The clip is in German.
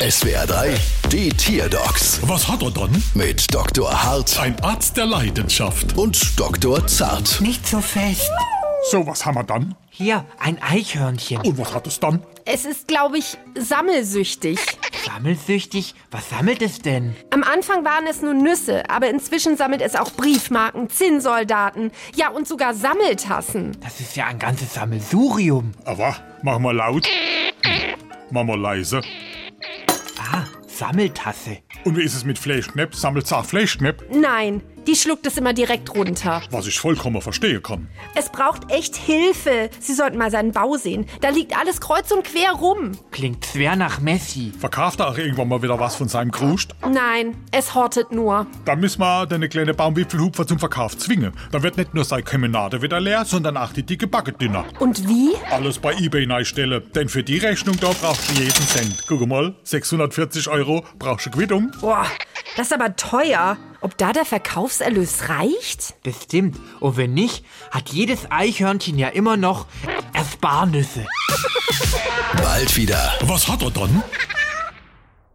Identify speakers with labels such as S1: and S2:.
S1: SWR 3, die Tierdocs
S2: Was hat er dann?
S1: mit Dr. Hart
S2: Ein Arzt der Leidenschaft.
S1: und Dr. Zart.
S3: Nicht so fest.
S2: So, was haben wir dann?
S3: Hier, ein Eichhörnchen.
S2: Und was hat es dann?
S4: Es ist, glaube ich, sammelsüchtig.
S3: Sammelsüchtig? Was sammelt es denn?
S4: Am Anfang waren es nur Nüsse, aber inzwischen sammelt es auch Briefmarken, Zinnsoldaten, ja und sogar Sammeltassen.
S3: Das ist ja ein ganzes Sammelsurium.
S2: Aber mach mal laut. Mach mal leise.
S3: Ah, Sammeltasse.
S2: Und wie ist es mit Fleischknepp? Sammelt auch Fleischknepp?
S4: Nein, die schluckt es immer direkt runter.
S2: Was ich vollkommen verstehen kann.
S4: Es braucht echt Hilfe. Sie sollten mal seinen Bau sehen. Da liegt alles kreuz und quer rum.
S3: Klingt schwer nach Messi.
S2: Verkauft er auch irgendwann mal wieder was von seinem Krust?
S4: Nein, es hortet nur.
S2: Dann müssen wir den kleinen Baumwipfelhupfer zum Verkauf zwingen. Dann wird nicht nur seine Kemenade wieder leer, sondern auch die dicke Backetdünner.
S4: Und wie?
S2: Alles bei eBay einstellen, denn für die Rechnung da brauchst du jeden Cent. Guck mal, 640 Euro brauchst du Quittung.
S4: Boah, das ist aber teuer. Ob da der Verkaufserlös reicht?
S3: Bestimmt. Und wenn nicht, hat jedes Eichhörnchen ja immer noch Ersparnüsse.
S1: Bald wieder.
S2: Was hat er dann?